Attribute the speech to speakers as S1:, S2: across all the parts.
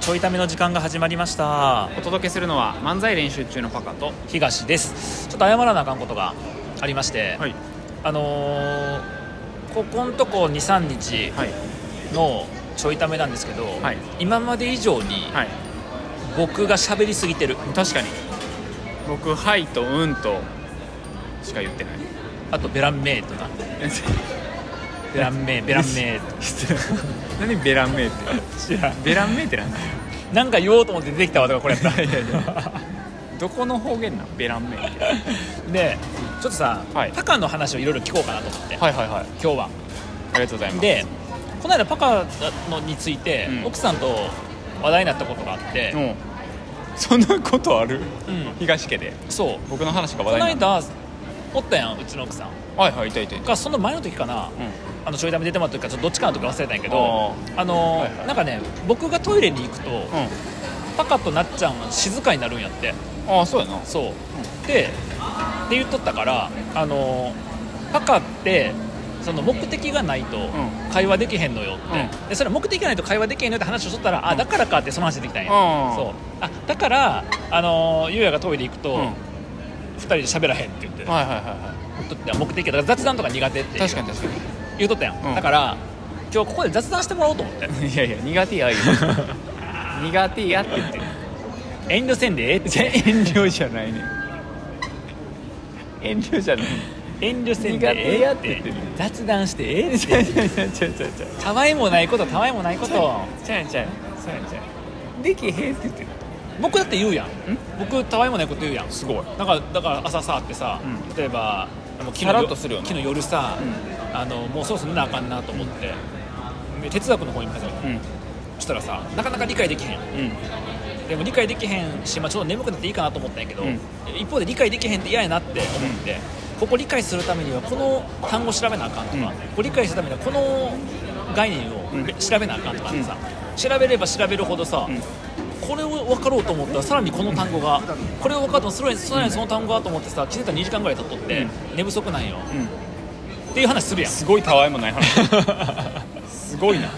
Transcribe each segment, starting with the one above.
S1: ちょいための時間が始まりました
S2: お届けするのは漫才練習中のパカと
S1: 東ですちょっと謝らなあかんことがありまして、
S2: い
S1: あのーここんとこ23日
S2: はい
S1: のちょいためなんですけど、
S2: はい
S1: 今まで以上に
S2: はい
S1: 僕が喋りすぎてる
S2: 確かに僕「はい」と「うん」としか言ってない
S1: あとベランメイトなベラン メイベランメイト
S2: 何ベランメイって
S1: 知らん
S2: ベランメイって何
S1: なんか言おうと思って出てきたわとかこれやった
S2: どこの方言なんベランメイって
S1: でちょっとさ、
S2: はい
S1: パカの話をいろいろ聞こうかなと思って、
S2: はいはいはい
S1: 今日は
S2: ありがとうございます
S1: でこの間パカのについて、
S2: うん
S1: 奥さんと話題になったことがあって、
S2: うんそんなことある
S1: うん
S2: 東家で
S1: そう
S2: 僕の話が
S1: こ
S2: 話
S1: の
S2: 題にな
S1: 間おったやんうちの奥さん
S2: はいはいいたいたいた
S1: がその前の時かな、
S2: う
S1: あのちょいダメ出てもらった時かちょっとどっちかの時忘れたんやけどあのー
S2: はいはい
S1: なんかね僕がトイレに行くと、
S2: ん、
S1: パカとなっちゃんは静かになるんやって
S2: うん、ああそうやな
S1: そう、でって言っとったからあのーパカってその目的がないと
S2: ん
S1: 会話できへんのよって、でそれは目的がないと会話できへんのよって話をしとったら、あだからかってその話出てきたんや、
S2: うん
S1: そうあだからあのーゆうやがトイレ行くと、
S2: うん、はい
S1: 二人で喋らへんって言って、
S2: はいはいは
S1: 言っとって目的やだから雑談とか苦手って
S2: い
S1: いう
S2: 確かに確か
S1: 言うとったやん、
S2: うん
S1: だから今日ここで雑談してもらおうと思って
S2: にいやいや苦手や言う て苦手やって言ってる
S1: 遠慮せんでええって
S2: 遠慮じゃないね遠慮じゃない
S1: 遠慮せんでええって
S2: 苦手やって言ってる
S1: 雑談してええっ
S2: ちゃ
S1: て
S2: うちゃうちゃうちゃうちゃう
S1: たわいもないことたわいもないこと
S2: ちゃうちゃうそうやんちゃうできへんって言ってる
S1: 僕だって言うやん
S2: ん
S1: 僕たわいもないこと言うやん
S2: すごい
S1: だからだから朝さ会ってさ、
S2: うん
S1: 例えばもう
S2: さらっとするよな
S1: 昨日夜さ、あのもうそろそろ寝なあかんなと思って、で哲学の方に向かったの
S2: うん
S1: そしたらさなかなか理解できへん
S2: うん
S1: でも理解できへんし、まあ、ちょっと眠くなっていいかなと思ったんやけど、
S2: うん
S1: 一方で理解できへんって嫌やなって思って、ここ理解するためにはこの単語調べなあかんとか、
S2: うん
S1: ここ理解するためにはこの概念を
S2: うん
S1: 調べなあかんとかってさ、調べれば調べるほどさ、
S2: うん
S1: これを分かろうと思ったらさらにこの単語がこれを分かってもそれさらにその単語がと思ってさ気づいたら2時間ぐらい経っとって、寝不足なんよ
S2: うん
S1: っていう話するやんっ
S2: すごいたわいもない 話すごいな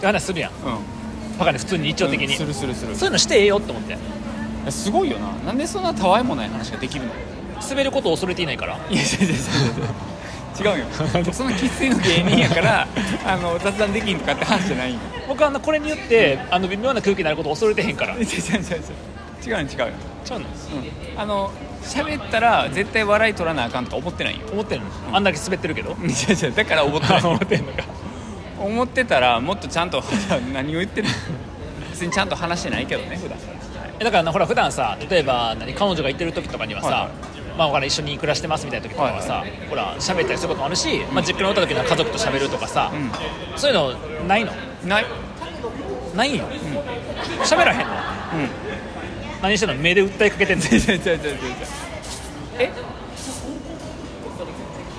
S1: て話するやん
S2: うん
S1: バカね普通に日常的に、
S2: するするする
S1: そういうのしてええよって思って
S2: いやすごいよななんでそんなたわいもない話ができるの
S1: 滑ることを恐れていないから
S2: いや違う違う 違う違う違うよその生粋の芸人や からあの雑談できんとかって話じゃないんよ
S1: 僕はあのこれによってあの微妙な空気になることを恐れてへんから
S2: 違う違う違う違う違う違うよ、
S1: ちゃうの
S2: うん、あの喋ったら絶対笑い取らなあかんとか思ってないよ
S1: 思ってるのあんだけ滑ってるけど
S2: 違う違うだから思ってない
S1: 思ってんのか
S2: 思ってたらもっとちゃんと 何を言ってる別にちゃんと話してないけどね普段
S1: えだからなほら普段さ例えば何彼女がいてる時とかにはさ、
S2: はいは
S1: まあ、ほら一緒に暮らしてますみたいな時とかはさ、
S2: は
S1: ほら喋ったりすることもあるし、まあ、実家におった時には家族と喋るとかさ、そういうのないの
S2: うんない
S1: ないんよ喋、らへんの
S2: うん
S1: 何してんの目で訴えかけ てんの
S2: 違う違う違う違う違うえ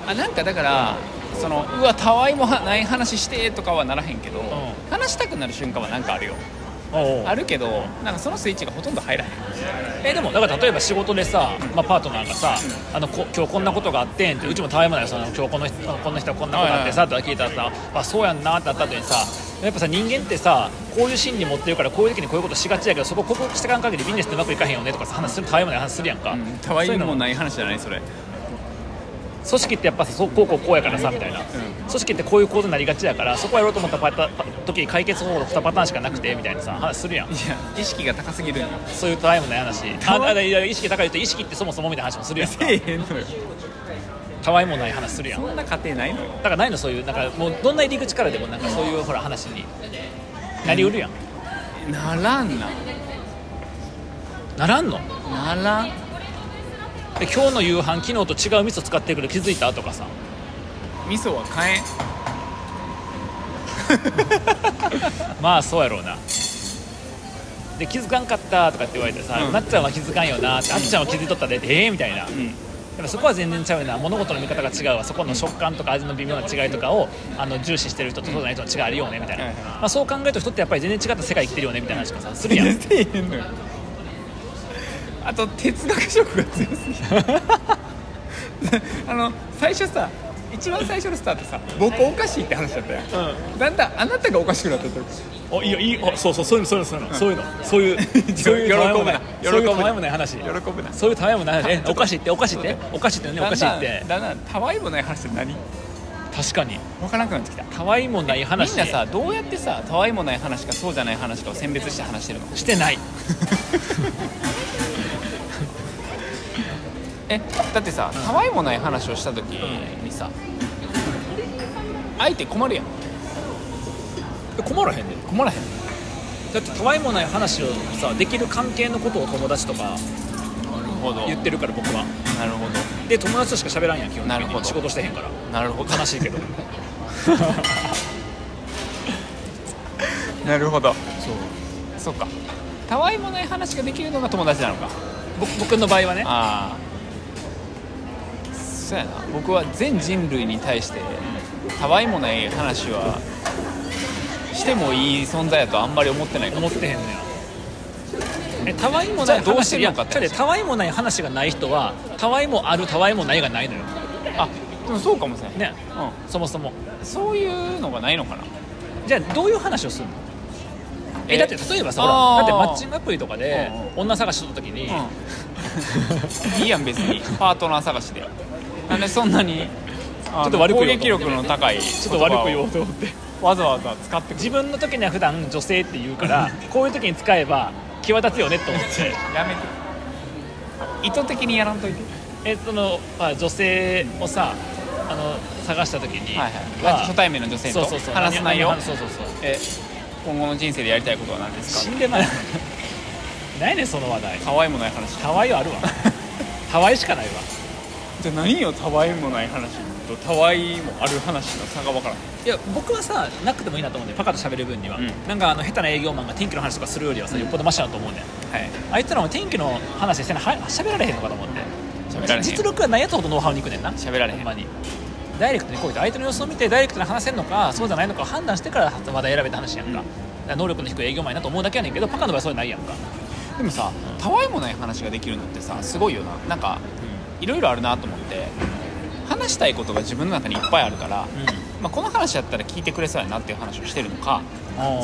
S2: あなんかだからそのうわたわいもない話してとかはならへんけど、
S1: ん
S2: 話したくなる瞬間はなんかあるよ
S1: おう
S2: あるけどなんかそのスイッチがほとんど入らへん
S1: えでもだから例えば仕事でさ、まあ、パートナーがさ、あのこ今日こんなことがあってんってうちもたわいもないよその今日この人この人はこんなことあってさ、とか聞いたらさあそうやんなってなった後にさやっぱさ人間ってさこういう心理持ってるからこういう時にこういうことしがちやけどそこを克服していかん限りビジネスってうまくいかへんよねとかさ話するたわいもない話するやんか、
S2: うんたわいも
S1: そううの
S2: ない話じゃないそれ
S1: 組織ってやっぱさそうこうこうこうやからさみたいな、組織ってこういう構造になりがちやからそこやろうと思ったパタパ時に解決方法の2パターンしかなくてみたいなさ話するやん
S2: いや意識が高すぎるんよ
S1: そういうたわいもない話ああいや意識高いと意識ってそもそもみたいな話もするやんか
S2: せえへんのよ
S1: たわいもない話するやん
S2: そんな家庭ないのよ
S1: だからないのそういうなんかもうどんな入り口からでもなんかそういうほら話になりうるやん、
S2: ならんな
S1: ならんの
S2: ならん
S1: で今日の夕飯昨日と違う味噌使ってくる気づいたとかさ
S2: 味噌は買えん
S1: まあそうやろうなで気づかんかったとかって言われてさ、
S2: うん
S1: なっちゃんは気づかんよなって、あっちゃんは気づいとったでってええみたいな、
S2: ん
S1: でもそこは全然ちゃうよな物事の見方が違うわそこの食感とか味の微妙な違いとかをあの重視してる人とそうじゃない人の違いあるよねみたいな、
S2: はいはい
S1: まあ、そう考えると人ってやっぱり全然違った世界生きてるよねみたいな話とかさするやん
S2: せえへんのよあ と哲学色が強すぎるあの最初さ一番最初のスタートさ僕おかしいって話だったよ、だんだんあなたがおかしくなってった
S1: おいいよいいよおそうそうそういうのそういうのそういうのそういうのそ ういうそういう
S2: 喜ぶな
S1: たわいもない
S2: 喜ぶな
S1: そういうたわいもない話そういうたわいも
S2: 喜ぶな
S1: ない話えおかしいっておかしいっておかしいってねおかしいって
S2: だんだんだんだんたわいもない話って何
S1: 確かに
S2: 分からなくなってきた
S1: たわいもない
S2: み
S1: 話
S2: んなさどうやってさたわいもない話かそうじゃない話かを選別して話してるの
S1: してない
S2: えだってさたわいもない話をした時にさ、相手困るやん
S1: 困らへんね
S2: 困らへん
S1: だってたわいもない話をさできる関係のことを友達とか
S2: なるほど
S1: 言ってるから僕は
S2: なるほ
S1: で友達としか喋らんやん基本
S2: なる
S1: 的
S2: ほど
S1: に仕事してへんから
S2: どなるほど
S1: 悲しいけど
S2: なるほどそうそうかたわいもない話ができるのが友達なのか
S1: 僕僕の場合はね
S2: ああそうやな僕は全人類に対してたわいもない話はしてもいい存在だとあんまり思ってないかも
S1: 思ってへんのよえたわいも
S2: じ
S1: な
S2: ゃ
S1: い
S2: あ
S1: 話
S2: どうしてるのかって
S1: いや違う違うたわいもない話がない人はたわいもあるたわいもないがないのよ
S2: あでもそうかもしれない、
S1: ね
S2: う
S1: そもそも
S2: ん、そういうのがないのかな
S1: じゃあどういう話をするのえ
S2: え
S1: だって例えばさほらだ
S2: あー
S1: ってマッチングアプリとかで
S2: うん
S1: 女探しとった時に、
S2: うんいいやん別にパートナー探しでなんでそんなにちょ
S1: ちょっと悪く
S2: 攻
S1: 言おうと
S2: 撃力の高いち
S1: ちょっと悪く言おうと思って
S2: わざわざ使ってくる
S1: 自分の時には普段女性って言うからこういう時に使えば際立つよねと思って
S2: やめて意図的にやらんといて
S1: えその、まあ、女性をさあの探した時に、
S2: はいはい、初対面の女性と
S1: そうそうそう
S2: 話す内容
S1: 何をそうそうそう
S2: え今後の人生でやりたいことは何です
S1: 死
S2: か
S1: んでないないねその話題
S2: たわいもない話
S1: ハワイはあ るわハワイしかないわ
S2: じゃあ何よたわいもない話とたわいもある話の差が分からん
S1: いや僕はさなくてもいいなと思うんでパカと喋る分には、
S2: うん
S1: なんかあの下手な営業マンが天気の話とかするよりはさよっぽどマシだと思うねん
S2: はい
S1: あいつらも天気の話してなは喋られへんのかと思って
S2: 喋られへん
S1: 実力はないやつほどノウハウにいくねんな
S2: 喋られへん
S1: ほんまにダイレクトにこういって相手の様子を見てダイレクトに話せるのかそうじゃないのかを判断してからまだ選べた話やんか,、
S2: うん
S1: だから能力の低い営業マンやなと思うだけやねんけどパカの場合はそういうのないやんか、
S2: でもさたわいもない話ができるのってさすごいよななんかいろいろあるなと思って話したいことが自分の中にいっぱいあるから、まあ、この話やったら聞いてくれそうやなっていう話をしてるのか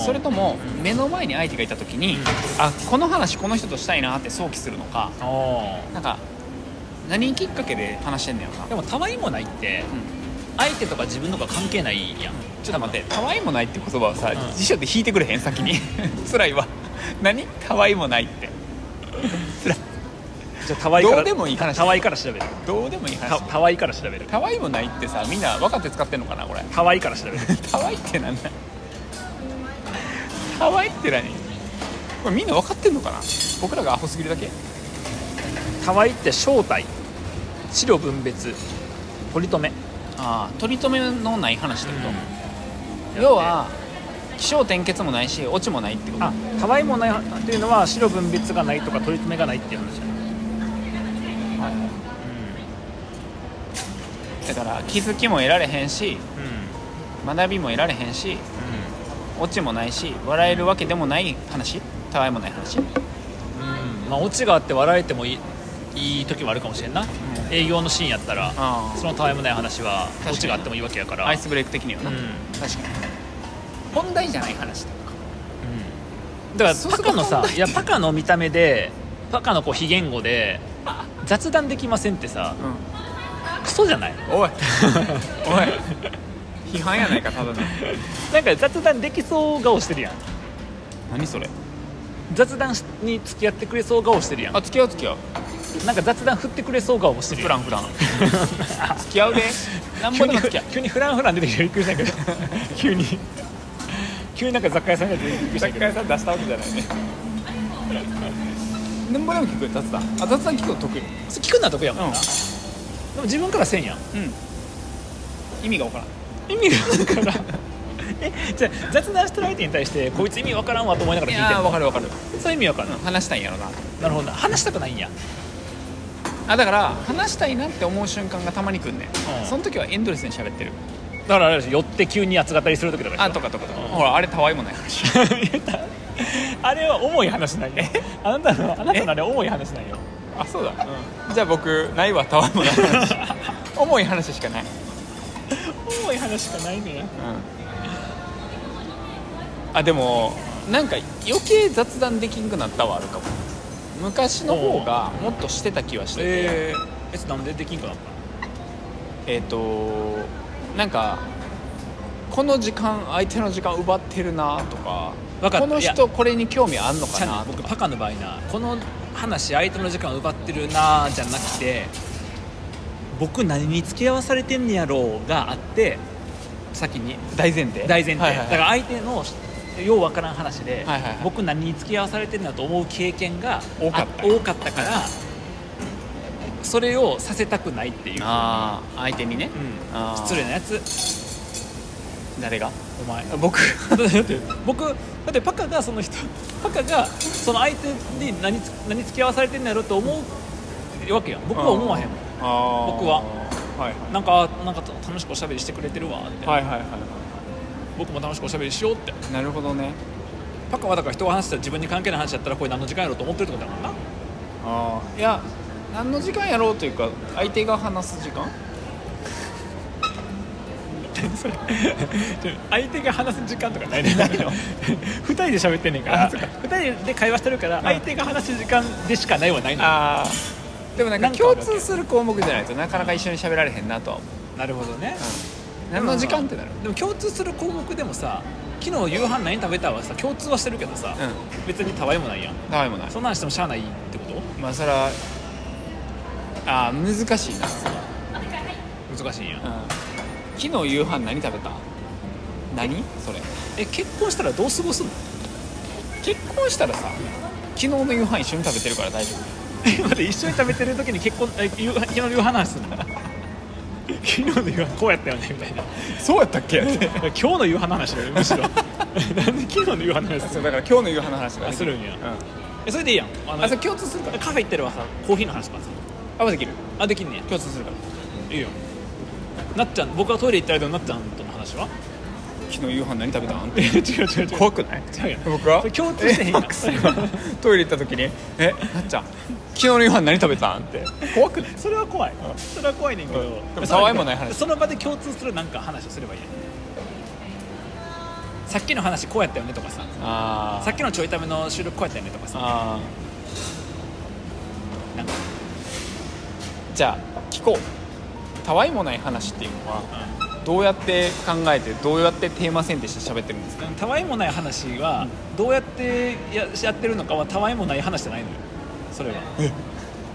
S2: それとも目の前に相手がいた時に、
S1: うん
S2: あこの話この人としたいなって想起するのか
S1: おー
S2: なんか何きっかけで話してんだよな、
S1: でもたわいもないって相手とか自分とか関係ないやん
S2: ちょっと待ってたわいもないって言葉をさ、
S1: うん
S2: 辞書で引いてくれへん先に 辛いわ何たわいもないって
S1: じゃあたわ
S2: いからどうでもいい話
S1: たわいから調べる
S2: どうでもいい
S1: た
S2: 話
S1: たわいから調べる
S2: たわいもないってさみんな分かって使ってんのかなこれ
S1: たわいから調 べる
S2: ハワイってなんだハワイって何これみんな分かってんのかな僕らがアホすぎるだけ
S1: たわいって正体資料分別取り留め
S2: ああ取り留めのない話ってこと、
S1: うん
S2: 要は気象転結もないしオチもないってこと
S1: あたわいもないっていうのは資料分別がないとか取り留めがないっていう話やな
S2: だから気づきも得られへんし学びも得られへんしオチもないし笑えるわけでもない話たわいもない話
S1: うん、まあオチがあって笑えてもいいいい時はあるかもしれんな、
S2: ん
S1: 営業のシーンやったら
S2: あー
S1: そのたわいもない話は
S2: かに
S1: オチがあってもいいわけやから
S2: アイスブレイク的には
S1: う
S2: な、
S1: ん、
S2: 確かに本題じゃない話とか
S1: だか
S2: そ
S1: ら
S2: う
S1: パカの
S2: そ
S1: さ
S2: う
S1: いやパカの見た目でパカのこう非言語で雑談できませんってさ
S2: う
S1: クソじゃない
S2: んおいおい批判やないかただの
S1: なんか雑談できそう顔してるやん
S2: 何それ
S1: 雑談に付き合ってくれそう顔してるやん
S2: あ付き合う付き合う
S1: なんか雑談振ってくれそう顔してる
S2: フ
S1: やん
S2: ランフラン付き合う で何
S1: 急
S2: ぼで
S1: に
S2: も付き合う
S1: 急にフランフラン出てきてびっくりした けど急に急になんか雑貨屋さんが出てきてびっくり したけど
S2: さん出したわけじゃないね何ぼでも聞くよ雑談あ雑談聞くの得意
S1: それ聞くのは得意やもんな、
S2: うん
S1: でも自分からせんやん
S2: 意味が分からん
S1: 意味がわからん えじゃあ雑談してる相手に対してこいつ意味わからんわと思いながら聞いてんの
S2: 分かる分かる、
S1: そういう意味わからん、
S2: 話したいんやろな
S1: なるほどな話したくないんや
S2: あだから話したいなって思う瞬間がたまに来んね、
S1: うん
S2: ん、その時はエンドレスに喋ってる
S1: だからあれでしょ寄って急に厚語りする時とかでしょ
S2: あとかとかとか、
S1: うん
S2: ほらあれたわいもない話
S1: あれは重い話なんよあなたのあなたのあれ重い話なんよ
S2: あそうだ、じゃあ僕ないわたわいもない話重い話しかない
S1: そういう話しかないね
S2: うんあでもなんか余計雑談できんくなったはあるかも昔の方がもっとしてた気はしてて
S1: ええー、えなんでできんかなった
S2: えっ、となんかこの時間相手の時間奪ってるなとか
S1: わかった
S2: この
S1: いや
S2: 人これに興味あんの
S1: ち
S2: か
S1: ゃう
S2: な
S1: ね
S2: と
S1: 僕
S2: か
S1: パカの場合なこの話相手の時間奪ってるなじゃなくて僕何に付き合わされてんねやろうがあって先に
S2: 大前提
S1: 大前提、
S2: はいはいはい
S1: だから相手のようわからん話で、
S2: はいはいはい
S1: 僕何に付き合わされてんだと思う経験が
S2: 多かった
S1: あ多かったからそれをさせたくないっていう、
S2: ああ相手にね、
S1: うん
S2: あ、ー
S1: 失礼なやつ
S2: 誰が
S1: お前
S2: 僕
S1: だって僕だってパカがその人パカがその相手に何つ何付き合わされてんのやろと思うわけやん僕は思わへんもん
S2: あー
S1: 僕は
S2: はい
S1: なんかなんか楽しくおしゃべりしてくれてるわって、
S2: はいはいはいは
S1: 僕も楽しくおしゃべりしようって
S2: いなるほどね
S1: パカはだから人が話したら自分に関係ない話だったらこれ何の時間やろうと思ってるってことだもんな
S2: ああいや何の時間やろうというか相手が話す時間
S1: それ相手が話す時間とかないね
S2: ないの
S1: 2人で喋ってんねんから
S2: あそっか
S1: 2人で会話してるから相手が話す時間でしかないはないのよ
S2: あでもなんか
S1: なんか
S2: 共通する項目じゃないとなかなか一緒に喋られへんなとは思う、
S1: なるほどね、
S2: 何の時間ってなる
S1: でも共通する項目でもさ昨日夕飯何食べたはさ共通はしてるけどさ、
S2: う
S1: 別にたわいもないやん
S2: 長いもない
S1: そんなんしてもしゃあないってこと
S2: まあそれはあー難しいな、
S1: 難しいんや、
S2: 昨日夕飯何食べた何それ
S1: え結婚したらどう過ごすの
S2: 結婚したらさ昨日の夕飯一緒に食べてるから大丈夫
S1: え待って一緒に食べてる時に結婚え夕飯昨日の夕飯話すんの 昨日の夕飯こうやったよねみたいな
S2: そうやったっけ
S1: 今日の夕飯の話だよむしろ なんで昨日の夕飯の話す
S2: そ
S1: る
S2: うだから今日の夕飯の話が
S1: あ
S2: でき
S1: するんや
S2: うん
S1: えそれでいいやんあの
S2: あそれ共通するから
S1: カフェ行ったらさコーヒーの話とかさ
S2: あできる
S1: あできんねや
S2: 共通するから
S1: いいよなっちゃん僕はトイレ行った間のなっちゃんとの話は
S2: 昨日夕飯何食べたん
S1: え違う違う違う
S2: 怖くない
S1: 違うやん
S2: 僕は
S1: それ共通してへんやん
S2: えマックスがトイレ行った時に「えなっちゃん昨日の夕飯何食べたん?」って怖くない
S1: それは怖いそれは怖いねんけど
S2: うんでも
S1: その
S2: たわいもない話
S1: その場で共通するなんか話をすればいいやんさっきの話こうやったよねとかさ
S2: あ
S1: さっきのちょいための収録こうやったよねとかさ
S2: あ
S1: なんか
S2: じゃあ聞こうたわいもない話っていうのはどうやって考えてどうやってテーマ選定して喋ってるんですか
S1: うんたわいもない話はどうやってややってるのかはたわいもない話じゃないのよそれは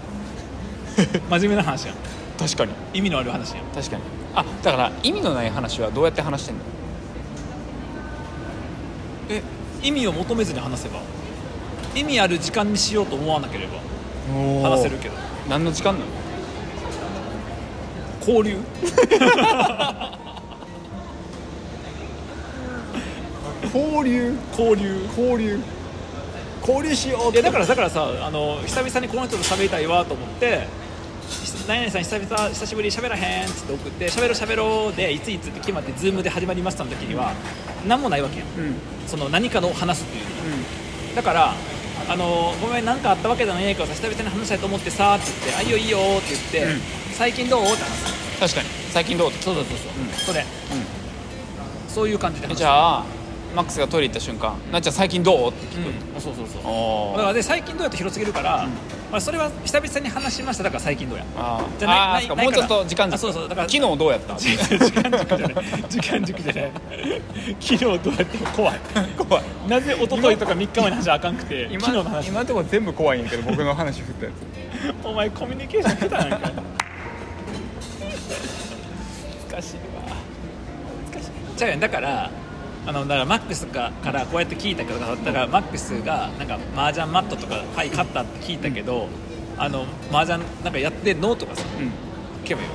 S1: 真面目な話やん
S2: 確かに
S1: 意味のある話やん
S2: 確かにあだから意味のない話はどうやって話してんの
S1: え意味を求めずに話せば意味ある時間にしようと思わなければ話せるけど
S2: 何の時間なの
S1: 交流
S2: 交流
S1: 交流
S2: 交流交流しようっ
S1: いやだからだからさあの久々にこの人と喋りたいわと思って「何々さん久々久しぶり喋らへん」っつって送って「喋ろう喋ろう」でいついつって決まって Zoom で始まりましたの時には何もないわけやん
S2: うん
S1: その何かの話すっていうのは
S2: うん
S1: だからあのごめん何かあったわけじゃないからさ久々に話したいと思ってさって言って「あいいよいいよ」って言って、
S2: うん
S1: 最近どう?」って話す
S2: 確かに最近どう
S1: そうそうそうそう、
S2: うん
S1: それ、そういう感じで話す
S2: じゃあマックスがトイレ行った瞬間「なっちゃん最近どう?」って聞く、
S1: うん、そうそうそう
S2: お
S1: だ
S2: ー
S1: からで最近どうやって広すぎるから、
S2: ん
S1: まあ、それは久々に話しましただから最近どうや
S2: あー
S1: じゃない
S2: あー
S1: ない
S2: そっか
S1: ない
S2: もう
S1: か
S2: ちょ
S1: ら
S2: っと時間軸
S1: あそうそうだから
S2: 昨日どうやった
S1: 時間軸じゃない時間軸じゃない昨日どうやっても怖い
S2: 怖い
S1: なぜ一昨日とか3日前の話はあかんくて
S2: 今
S1: 昨日の話
S2: 今のところ全部怖いんやけど僕の話振ったや
S1: お前コミュニケーション下手なんか
S2: つ難しい
S1: じゃあだからあのだからマックスかからこうやって聞いたけどだからマックスがなんか麻雀マットとかパイ買ったって聞いたけど、あの麻雀なんかやってんのとかさ
S2: うん
S1: 聞けばいいよ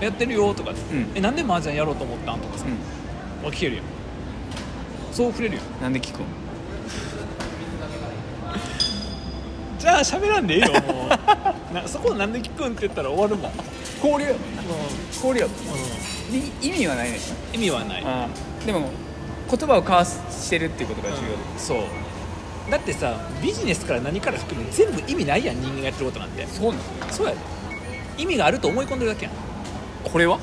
S2: うん
S1: やってるよとかっつって、
S2: うん
S1: えなんで麻雀やろうと思ったんとかさ、俺聞けるよそう触れるよ
S2: うんなんで聞くん
S1: じゃあ喋らん でいいよもうなそこなんで聞くんって言ったら終わるもん、
S2: 交流やもんな交流やもん
S1: う
S2: に意味はないね
S1: ん、意味はない
S2: でも言葉を交わしてるっていうことが重要
S1: そうだってさビジネスから何から含め全部意味ないやん人間がやってることなんて
S2: そうなの
S1: そうやで意味があると思い込んでるだけやん
S2: これは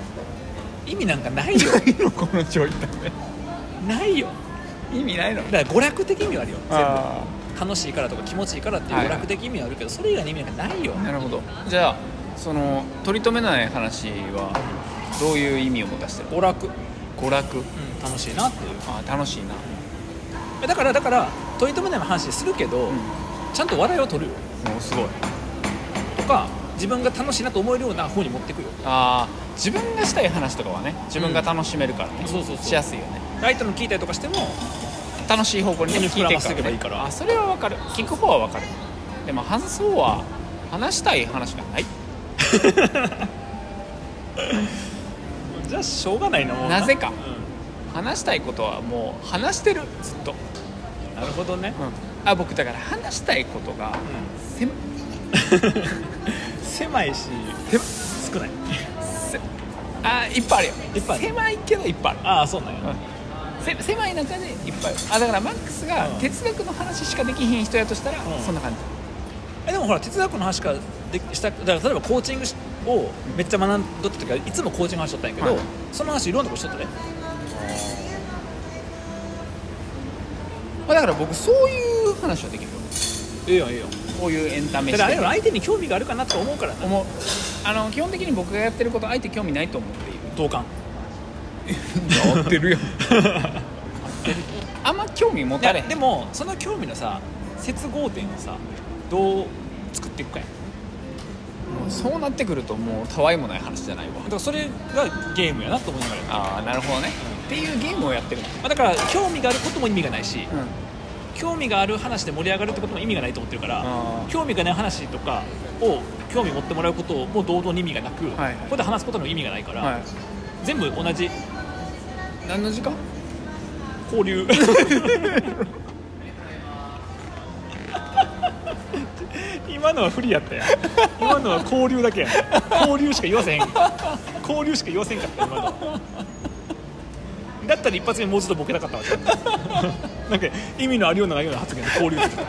S1: 意味なんかない よ
S2: のこのちょいた
S1: ないよ
S2: 意味ないの
S1: だから娯楽的意味はあるよ全
S2: あ
S1: 部楽しいからとか気持ちいいからっていう
S2: はい
S1: 娯楽的意味はあるけどそれ以外の意味なんかないよ
S2: あなるほどじゃあその取り留めない話はどういう意味を持たせてる
S1: 娯楽、う
S2: 娯楽
S1: ん、楽しいなっていう
S2: あ楽しいな、
S1: えだからだから取り留めない話するけど、ちゃんと笑いを取るよ
S2: もうすごい
S1: とか自分が楽しいなと思えるような方に持ってくよ
S2: あー自分がしたい話とかはね自分が楽しめるからね、
S1: うんそうそうそう
S2: しやすいよね
S1: ライトの聞いたりとかしても
S2: 楽しい方向にね
S1: うん
S2: 聞いて
S1: 膨ら
S2: い
S1: ま
S2: く
S1: せ
S2: か
S1: て
S2: ら,、
S1: いけばいいから
S2: あそれはわかる聞く方はわかるでも話す方は話したい話がない
S1: じゃあしょうがないなもう
S2: なぜか
S1: う
S2: 話したいことはもう話してるずっと、
S1: んなるほどね、
S2: あ僕だから話したいことがせん
S1: 狭いし
S2: せ
S1: 少ない
S2: せあいっぱいあるよ
S1: いっぱいある
S2: 狭いけどいっぱいある
S1: ああそうなんや、
S2: せ狭い中でいっぱいあるあだからマックスが
S1: うん
S2: 哲学の話しかできひん人やとしたら、
S1: うん
S2: そんな感じ
S1: えでもほら哲学の話からでしただから例えばコーチングしをめっちゃ学んどった時はいつもコーチングの話しとったんやけど、
S2: はい
S1: その話いろんなとこしとったね
S2: まあだから僕そういう話はできるよ
S1: いいよいいよ
S2: こういうエンタメ
S1: だからあれ
S2: 的な
S1: は相手に興味があるかなと思うからな
S2: 思うあの基本的に僕がやってること相手興味ないと思っている
S1: 同感
S2: 合ってるよ あんま興味持たれへん
S1: でもその興味のさ接合点をさどう作っていくかや
S2: もうそうなってくるともうたわいもない話じゃないわ
S1: だからそれがゲームやなと思いながらやる、
S2: ああなるほどね、っていうゲームをやってる
S1: まあ、だから興味があることも意味がないし
S2: うん
S1: 興味がある話で盛り上がるってことも意味がないと思ってるから
S2: あ
S1: 興味がない話とかを興味持ってもらうことも堂々に意味がなく、
S2: はい
S1: ここで話すことの意味がないから、
S2: はい
S1: 全部同じ
S2: 何の時間
S1: 交流 今のは不利やったやん今のは交流だけやん交流しか言わせへん交流しか言わせんかった今のだったら一発目もうちょっとボケたかったわけなんか意味のあるようなないような発言で交流する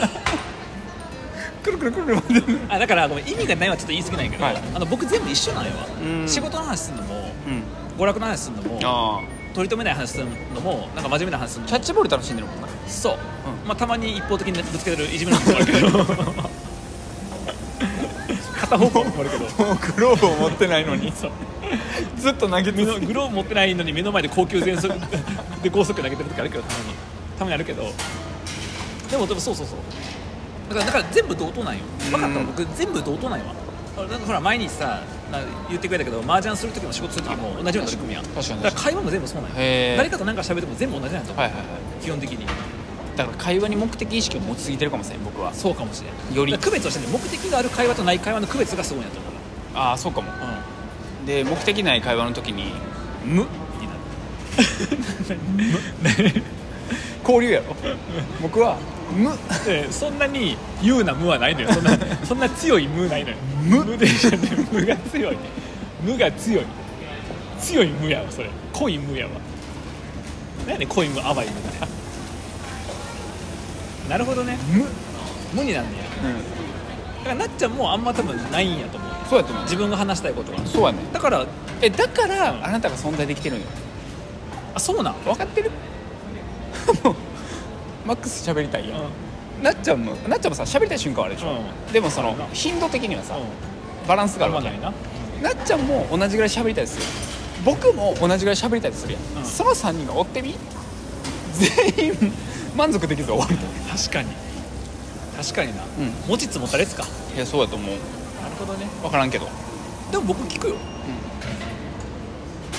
S2: くるくるくる回ってる
S1: あだからごめん意味がないはちょっと言い過ぎないけど、
S2: はい
S1: あの僕全部一緒なんよ
S2: うん
S1: 仕事の話するのも
S2: うん
S1: 娯楽の話するのも
S2: あ
S1: 取り留めない話するのもなんか真面目な話するのも
S2: あキャッチボール楽しんでるもんな
S1: そう、
S2: う
S1: まあたまに一方的にぶつけてるいじめのこともあるけ ど片方向もあるけど
S2: もうグローブを持ってないのに
S1: そう
S2: ずっと投げて
S1: 目のグローブ持ってないのに目の前で高級全速 で高速投げてる時あるけどたまにたまにあるけどでもでもそうそうそうだからだから全部同等なんよ分かったわ
S2: うん
S1: 僕全部同等なんよなんかほら毎日さな言ってくれたけど麻雀する時も仕事する時も同じような取り組みやん
S2: 確かに確かに
S1: だから会話も全部そうなんよ
S2: へー
S1: 誰かと何か喋っても全部同じなんやと思う、
S2: はいはいはい
S1: 基本的に
S2: だから会話に目的意識を持ちすぎてるかもしれん僕は
S1: そうかもしれない
S2: より
S1: 区別をしてね目的がある会話とない会話の区別がすごいなと思う、
S2: ああそうかも
S1: う
S2: で目的ない会話の時に「無」になる交流やろ僕は「無」
S1: ん、でそんなに言うな無はないのよそんなそんな強い無ないのよ
S2: 無
S1: でしょね無が強い無が強い強い無やわそれ濃い無やわ何やねん濃い無淡い無ってなるほどね
S2: 無、うん、
S1: 無になんねやだからなっちゃんもあんま多分ないんやと思う
S2: そうやと思う
S1: 自分が話したいことは
S2: そうやね
S1: だから
S2: えだからあなたが存在できてるんよ
S1: あそうなん、うん、
S2: 分かってる もうマックス喋りたいやん、なっちゃんもなっちゃんもさ喋りたい瞬間はあるでしょ、
S1: う
S2: でもその頻度的にはさ、
S1: う
S2: バランスがあ
S1: ん、
S2: る
S1: ま
S2: わけ
S1: な
S2: やん
S1: いな
S2: なっちゃんも同じぐらい喋りたいですよ僕も同じぐらい喋りたいでするやん、
S1: うん
S2: その3人が追ってみ全員満足できず終わる
S1: 確かに確かにな、
S2: うん
S1: 持ちつ持たれつか
S2: いやそうだと思う
S1: なるほどね
S2: 分からんけど
S1: でも僕聞くよ、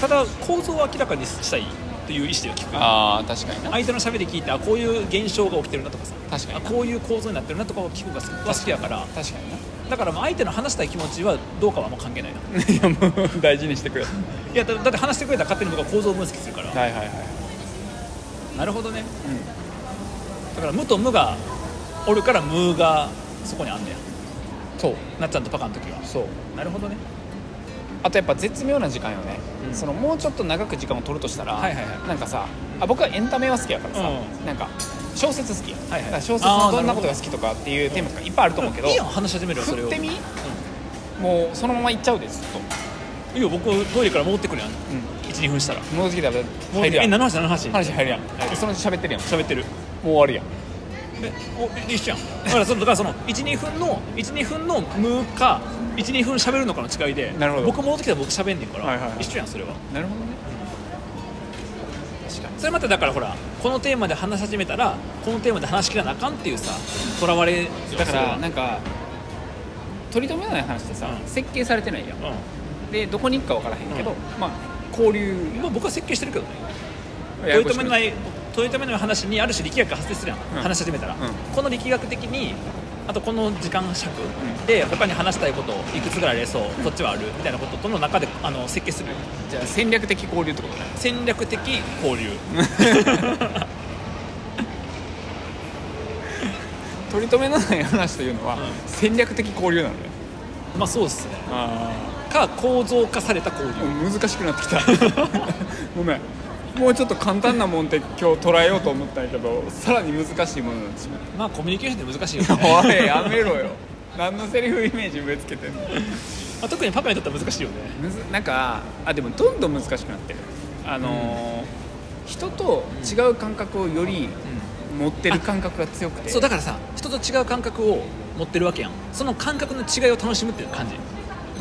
S1: ただ構造を明らかにしたいという意思では聞くよ
S2: あー確かにな
S1: 相手の喋り聞いてあこういう現象が起きてるなとかさ
S2: 確か
S1: あ
S2: にな
S1: こういう構造になってるなとかを聞くのが好きやから
S2: 確かにな
S1: だからまあ相手の話したい気持ちはどうかはもう関係ないない
S2: やもう大事にしてくれ はい
S1: やだだって話してくれたら勝手に僕は構造を分析するから
S2: いはいはい
S1: なるほどねだから無と無がおるから無がそこにあんねや
S2: そう
S1: なっちゃんとパカの時は
S2: そう
S1: なるほどね
S2: あとやっぱ絶妙な時間よね、
S1: うん
S2: そのもうちょっと長く時間を取るとしたら、
S1: はいはいは
S2: なんかさあ僕はエンタメは好きやからさ、
S1: う
S2: なんか小説好きや、
S1: はいはい
S2: だから小説のどんなことが好きとかっていうテーマとかいっぱいあると思うけど、
S1: いいやん話し始めるよそれを
S2: 振ってみ、もうそのまま行っちゃうでずっと、
S1: いいよ僕トイレから戻ってくるやん、
S2: ん
S1: 1時12分したら
S2: 戻ってきたら
S1: もう
S2: 入るや
S1: え
S2: ん
S1: 7話7話
S2: 話入るやんそのうち喋ってるやんも
S1: 喋ってる
S2: う終わるやん
S1: えおえ一緒やんだからそのだからその12分の12分の無か12分喋るのかの違いで
S2: なるほど
S1: 僕戻ってきたら僕喋んねんから、
S2: はいはいはい
S1: 一緒やんそれは
S2: なるほどね
S1: 確かにそれまただからほらこのテーマで話し始めたらこのテーマで話しきらなあかんっていうさとらわれ
S2: だから
S1: うん
S2: なんか取り留めない話ってさ、
S1: うん
S2: 設計されてないやんでどこに行くか分からへんけど、
S1: うん
S2: まあ交流
S1: まあ僕は設計してるけどね
S2: やや
S1: 豊
S2: こし
S1: 臣
S2: く
S1: の
S2: な
S1: ないい豊臣の話にある種力学が発生するやん、
S2: うん
S1: 話し始めたら、
S2: ん
S1: この力学的にあとこの時間尺で他に話したいこといくつぐらいありそう、こっちはあるみたいなこととの中であの設計する
S2: じゃあ戦略的交流ってことね
S1: 戦略的交流
S2: 取り留めのない話というのは、
S1: うん
S2: 戦略的交流なのね
S1: まあそうですね
S2: あ
S1: か構造化された交流
S2: 難しくなってきた ごめんもうちょっと簡単なもんって今日捉えようと思ったんやけどさらに難しいものになってしまっ
S1: まあコミュニケーションって難しいよ
S2: た
S1: ね、
S2: おいやめろよ 何のセリフイメージ植え付けてんの
S1: まあ、特にパパにとっては難しいよね
S2: むずなんかあでもどんどん難しくなってるあのー人と違う感覚をより持ってる感覚が強くて、
S1: そうだからさ人と違う感覚を持ってるわけやんその感覚の違いを楽しむっていう感じ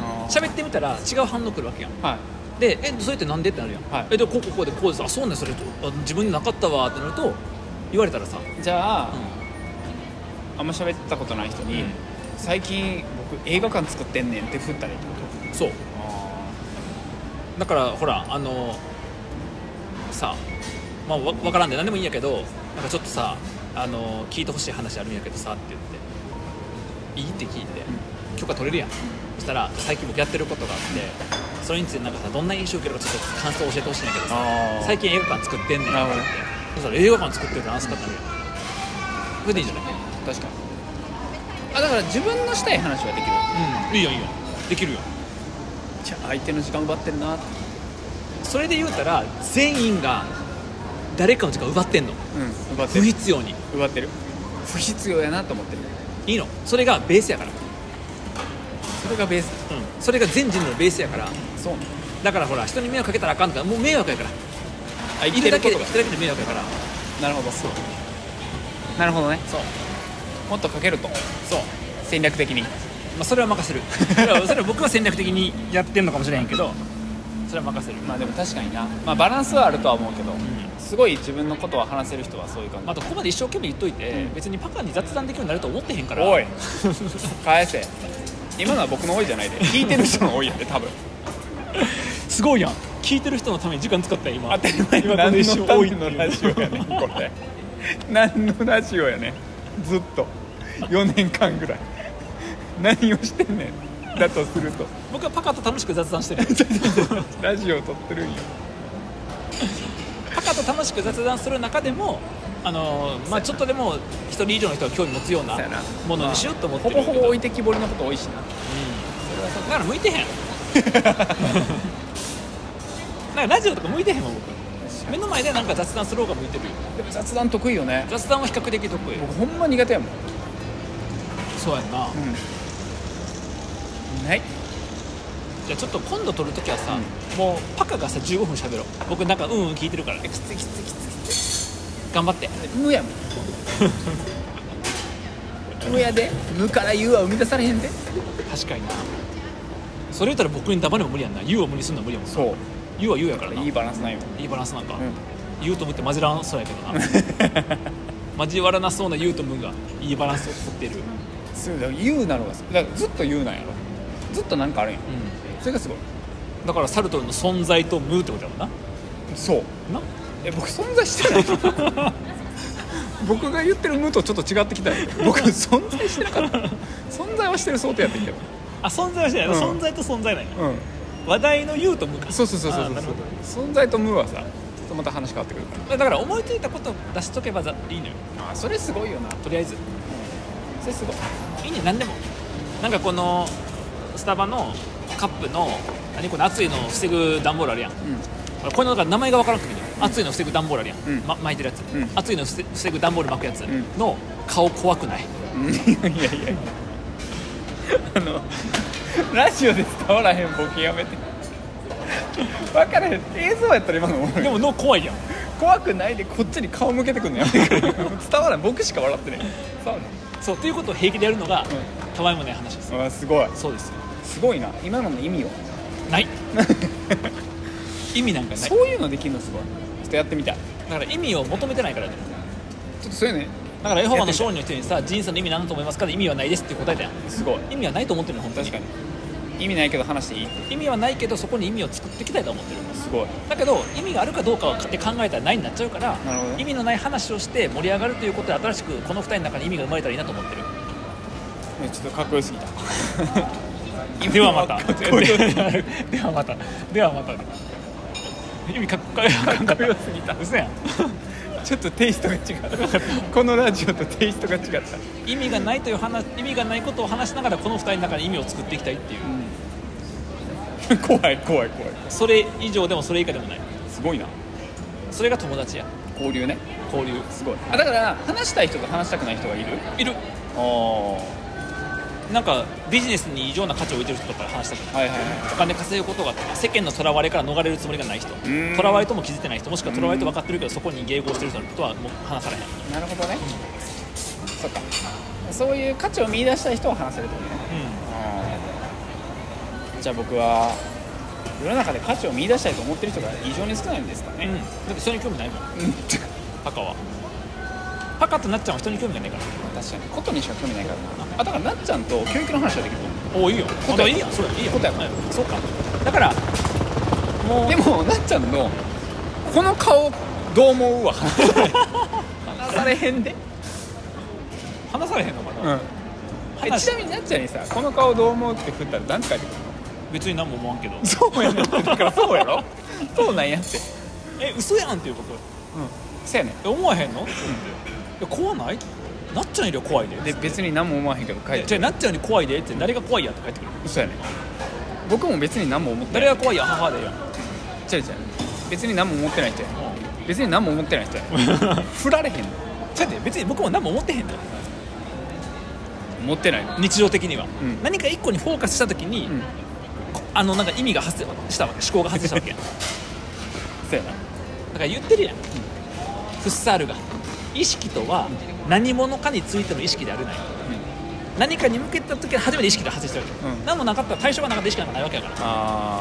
S2: あー
S1: 喋ってみたら違う反応くるわけやん
S2: はい
S1: で「えそれってなんで?」ってなるやん「
S2: はい
S1: えでこうこうこうでこうですあそうねそれあ自分になかったわ」ってなると言われたらさ
S2: じゃあ、
S1: う
S2: あんま喋ったことない人に、
S1: うん
S2: 最近僕映画館作ってんねんって振ったらいいってこ
S1: んそ
S2: と
S1: うだからほらあのさまあわ分からんで何でもいいんやけどなんかちょっとさあの聞いてほしい話あるんやけどさって言って「いい?」って聞いて許可取れるやんそしたら最近僕やってることがあってそれについてなんかさどんな印象を受けるかちょっと感想を教えてほしいんやけどさ
S2: あ
S1: 最近映画館作ってんねんって
S2: な
S1: 言
S2: る
S1: っ
S2: ほ
S1: て
S2: ど
S1: そしたら映画館作ってるって話だったのよそれでいいんじゃない
S2: 確かにあだから自分のしたい話はできる
S1: うんいいよいいよできるよ
S2: じゃあ相手の時間奪ってるなって
S1: それで言うたら全員が誰かの時間を奪ってんの
S2: うん奪っ
S1: 不必要に
S2: 奪ってる不必要やなと思ってる
S1: いいのそれがベースやから、
S2: それがベース
S1: うん、それが全人類のベースやから
S2: そうね
S1: だからほら人に迷惑かけたらあかんとからもう迷惑やから
S2: あ
S1: いるだけでいるだけで迷惑やから
S2: なるほどそうなるほどね
S1: そう
S2: もっとかけると
S1: そう、
S2: 戦略的に
S1: まあ、それは任せるそれはそれは僕は戦略的にやってんのかもしれへんけどそれは任せる、
S2: まあでも確かにな、まあ、バランスはあるとは思うけど、
S1: ん
S2: すごい自分のことは話せる人はそういう感じ、
S1: あとここまで一生懸命言っといて、
S2: うん
S1: 別にパカに雑談できるようになると思ってへんから
S2: おい返せ今のは僕の多いじゃないで聞いてる人の多いやで多分
S1: すごいやん聞いてる人のために時間使ったよ今
S2: 当たり前
S1: 今この
S2: 何
S1: 一
S2: の
S1: 瞬多い
S2: た
S1: って
S2: めの
S1: い
S2: ラ
S1: う
S2: ジオやねんこれ何のラジオやねんずっと4年間ぐらい何をしてんねんだとすると
S1: 僕はパカと楽しく雑談してる
S2: ラジオを撮ってるんよ
S1: パカと楽しく雑談する中でもあのーまあちょっとでも一人以上の人が興味持つような
S2: そうやな
S1: ものにしようと思って
S2: ほ
S1: る
S2: ぼほぼ置
S1: い
S2: いてきぼりのこと多いしな
S1: だから向いてへん なんかラジオとか向いてへんもん僕目の前でなんか雑談する方が向いてるよ
S2: でも雑談得意よね
S1: 雑談は比較的得意
S2: 僕ほんま苦手やもん、
S1: そうやんな
S2: はい
S1: じゃあちょっと今度撮るときはさ、
S2: う
S1: もうパカがさ15分喋ろう僕なんかうんうん聞いてるから
S2: きついきついきついきつ
S1: 頑張って
S2: い無 やもん無やで無から有は生み出されへんで
S1: 確かになそれ言ったら僕に黙れも無理やんな YOU を無理すんのは無理やもんな
S2: そう
S1: YOU は YOU やからない
S2: いバランスないよ、
S1: いいバランスなんか、
S2: うん
S1: 言うと思って混じらんそうやけどな 交わらなそうな言うと文がいいバランスを取ってる、
S2: そうだから言うなのがだからずっと言うなんやろずっとなんかあるんや
S1: う
S2: それがすごい
S1: ん、だからサルトルの存在と無ってことやもんな
S2: そう
S1: な
S2: え僕存在してない 僕が言ってる無とちょっと違ってきたんやけど僕存在してなかった存在はしてる想定やってんけど
S1: あ存在はしてない、
S2: うん
S1: 存在と存在ない
S2: うん
S1: 話題の言うと無か
S2: そうそうそうそう
S1: あ
S2: そ
S1: ー
S2: う
S1: なるほ
S2: 存在と無はさちょっとまた話変わってくるか
S1: どだから思いついたことを出しとけばざいいのよ
S2: らあそれすごいよな
S1: とりあえず
S2: それすごい
S1: いいね何でもなんかこのスタバのカップの何この熱いのを防ぐ段ボールあるやん俺これのなんか名前が分からなくて見て熱いの防ぐ段ボールあるやん、
S2: うん
S1: ま、巻いてるやつ、
S2: うん
S1: 熱いの防防ぐ段ボール巻くやつ
S2: ん
S1: の顔怖くない、
S2: うん、うん、いやいやいやあのラジオで伝わらへんボケやめて分からへん映像やったら今の思うけ
S1: で
S2: ど
S1: も脳怖いやん
S2: 怖くないでこっちに顔向けてくんのやめ てくれ伝わらない僕しか笑ってない伝わ
S1: そうということを平気でやるのが、
S2: ん
S1: たわいもない話です
S2: らないあすごい
S1: そうです
S2: すごいな今のの意味を
S1: ない意味なんかない
S2: そういうのできるのすごいちょっとやってみたい
S1: だから意味を求めてないからだよ
S2: ちょっとそういうのね
S1: だからエホバの証人の人にさ人生の意味何だと思いますかで意味はないですって答えたやん
S2: すごい
S1: 意味はないと思ってるの本当
S2: 確
S1: に
S2: かに意味ないけど話していい
S1: 意味はないけどそこに意味を作っていきたいと思ってる
S2: すごい
S1: だけど意味があるかどうかって考えたらないになっちゃうから
S2: なるほど
S1: 意味のない話をして盛り上がるということで新しくこの2人の中に意味が生まれたらいいなと思ってる
S2: ねちょっとかっこよすぎた
S1: ではまた
S2: かっ
S1: で
S2: こよ
S1: はまたではまた意味かっこよかっこよすぎた嘘やん
S2: ちょっとテイストが違うこのラジオとテイストが違った、
S1: 意味がないという話意味がないことを話しながらこの2人の中に意味を作っていきたいっていう
S2: 怖い怖い怖い
S1: それ以上でもそれ以下でもない
S2: すごいな
S1: それが友達や
S2: 交流ね
S1: 交流
S2: すごいあだから話したい人と話したくない人がいる
S1: いる
S2: ああは
S1: なんかビジネスに異常な価値を置いてる人とか話したくない
S2: いはいはい
S1: お金稼ぐことが世間のとらわれから逃れるつもりがない人
S2: ん
S1: とらわれとも気づいてない人もしくはとらわれと分かってるけどそこに迎合してる人のことはもう話されへん
S2: なるほどね、そっかそういう価値を見出したい人を話せるってことねじゃあ僕は世の中で価値を見出したいと思ってる人が異常に少ないんですか
S1: うん、
S2: ね、
S1: だって人に興味ないもん
S2: うん、
S1: パカはパカとなっちゃんは人に興味がないか
S2: 確かにことにしか興味ないからなあだからなっちゃんと教育の話はできる
S1: らおおいいよ
S2: や
S1: あいいやそういいよ
S2: 答え
S1: はいそうかだからもう
S2: でもなっちゃんのこの顔どう思うわ話されへんで、
S1: 話されへんのかな、
S2: うん、え
S1: 話
S2: ちなみになっちゃんにさこの顔どう思うって振ったら何て書いてくる
S1: 別に何も思わんけど
S2: のそうやねんってだから そうやろそうなんやって
S1: え嘘やんっていうこと
S2: そうやねん
S1: え思わへんのって言っていや怖ないなっちゃんよりは怖いで
S2: で別に何も思わへんけど書いて
S1: じゃあなっちゃんより怖いでって誰が怖いやって返ってくる
S2: そうやねん僕も別に何も思ってない
S1: 誰が怖いや母でやん
S2: 違う違う別に何も思ってない人やねん別に何も思ってな い人やねん振られへんの
S1: だって別に僕も何も思ってへんのよ
S2: 思ってないの
S1: 日常的には、
S2: ん
S1: 何か一個にフォーカスした時に、
S2: うん
S1: こあのなんか意味が発生したわけ思考が発生したわけやだ
S2: そうやな
S1: から言ってるやん、フッサールが意識とは何者かについての意識であるない、何かに向けた時は初めて意識が発生してるわけ、
S2: うん
S1: 何もなかったら対象がなかったら意識なんかないわけやから
S2: あ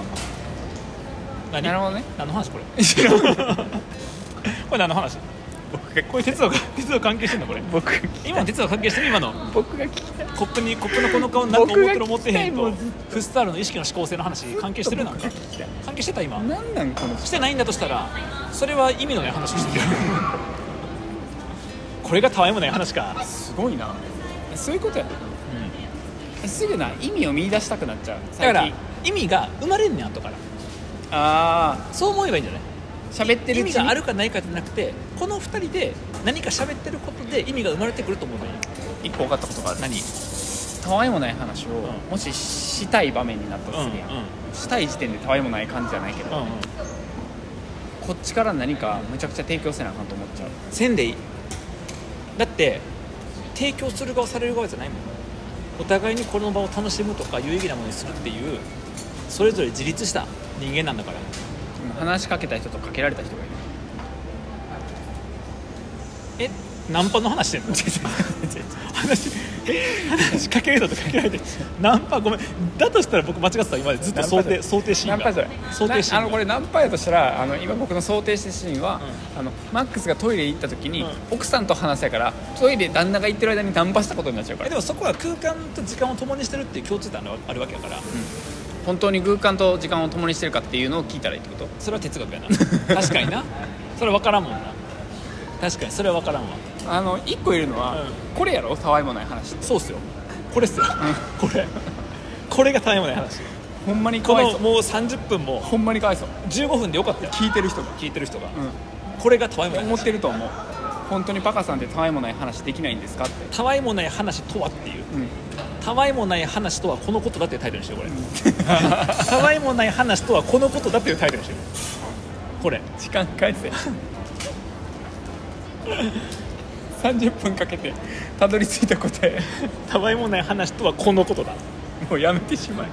S1: 何
S2: なるほどね
S1: 何の話これ こ
S2: 知らん
S1: れ何の話
S2: 僕が
S1: これ哲学 哲学関係してんのこれ
S2: 僕が
S1: 今の哲学関係してる今の
S2: 僕が聞きたい
S1: コップにコップのこの顔なんか思ってる思ってへんと
S2: 僕が聞きたいもん
S1: フッサールの意識の指向性の話関係してるなんか関係してた今
S2: 何なんこの人
S1: してないんだとしたらそれは意味のない話をしてる これがたわいもない話か
S2: すごいなえそういうことや、すぐな意味を見出したくなっちゃう
S1: だから
S2: 最近
S1: 意味が生まれんねん後から
S2: ああ
S1: そう思えばいいんじゃない
S2: 喋ってる
S1: 意
S2: うちに
S1: 味があるかないかじゃなくてこの2人で何か喋ってることで意味が生まれてくると思うのよ
S2: 一個分かったことがある
S1: 何うん
S2: たわいもない話を、
S1: ん
S2: もししたい場面になったとするやん、したい時点でたわいもない感じじゃないけど、
S1: うんうん
S2: こっちから何かむちゃくちゃ提供せなあかんと思っちゃう
S1: せんでいいだって提供する側される側じゃないもんお互いにこの場を楽しむとか有意義なものにするっていうそれぞれ自立した人間なんだから
S2: でも話しかけた人とかけられた人がい
S1: え
S2: る
S1: ナンパの話 してんの話え話しかける人とかけられてナンパごめんだとしたら僕間違ってた今までずっと想定想定シー
S2: ナ
S1: ン
S2: ンパ
S1: が
S2: それ
S1: 想定シーン
S2: なあのこれナンパやとしたらあの今僕の想定してシーンは、あのマックスがトイレ行った時に、
S1: うん
S2: 奥さんと話したからトイレ旦那が行ってる間にナンパしたことになっちゃうか
S1: え
S2: ら
S1: でもそこは空間と時間を共にしてるっていう共通点があるわけだから
S2: 本当に空間と時間を共にしてるかっていうのを聞いたらいいってこと
S1: それは哲学やな確かになそれは分からんもんな確かにそれは分からんわ
S2: あの1個いるのは、
S1: うん
S2: これやろたわいもない話って
S1: そうっすよこれっすよ、これこれが大変もない話
S2: ほんまにか
S1: こ
S2: わい
S1: の
S2: そう
S1: もう30分も
S2: ほんまにかわいそう
S1: 15分でよかったよ
S2: 聞いてる人が、
S1: 聞いてる人が、
S2: う
S1: これがたわいも
S2: ん、
S1: ない
S2: 思っ
S1: 話
S2: てると思う本当にバカさんってたわいもない話できないんですかって、
S1: たわいもない話とはっていう
S2: うん、
S1: たわいもない話とはこのことだっていうタイトルにしてよこれ たわいもない話とはこのことだっていうタイトルにしてよこれ
S2: 時間返せ 30分かけてたどり着いた答え
S1: たわいもない話とはこのことだ
S2: もうやめてしまえ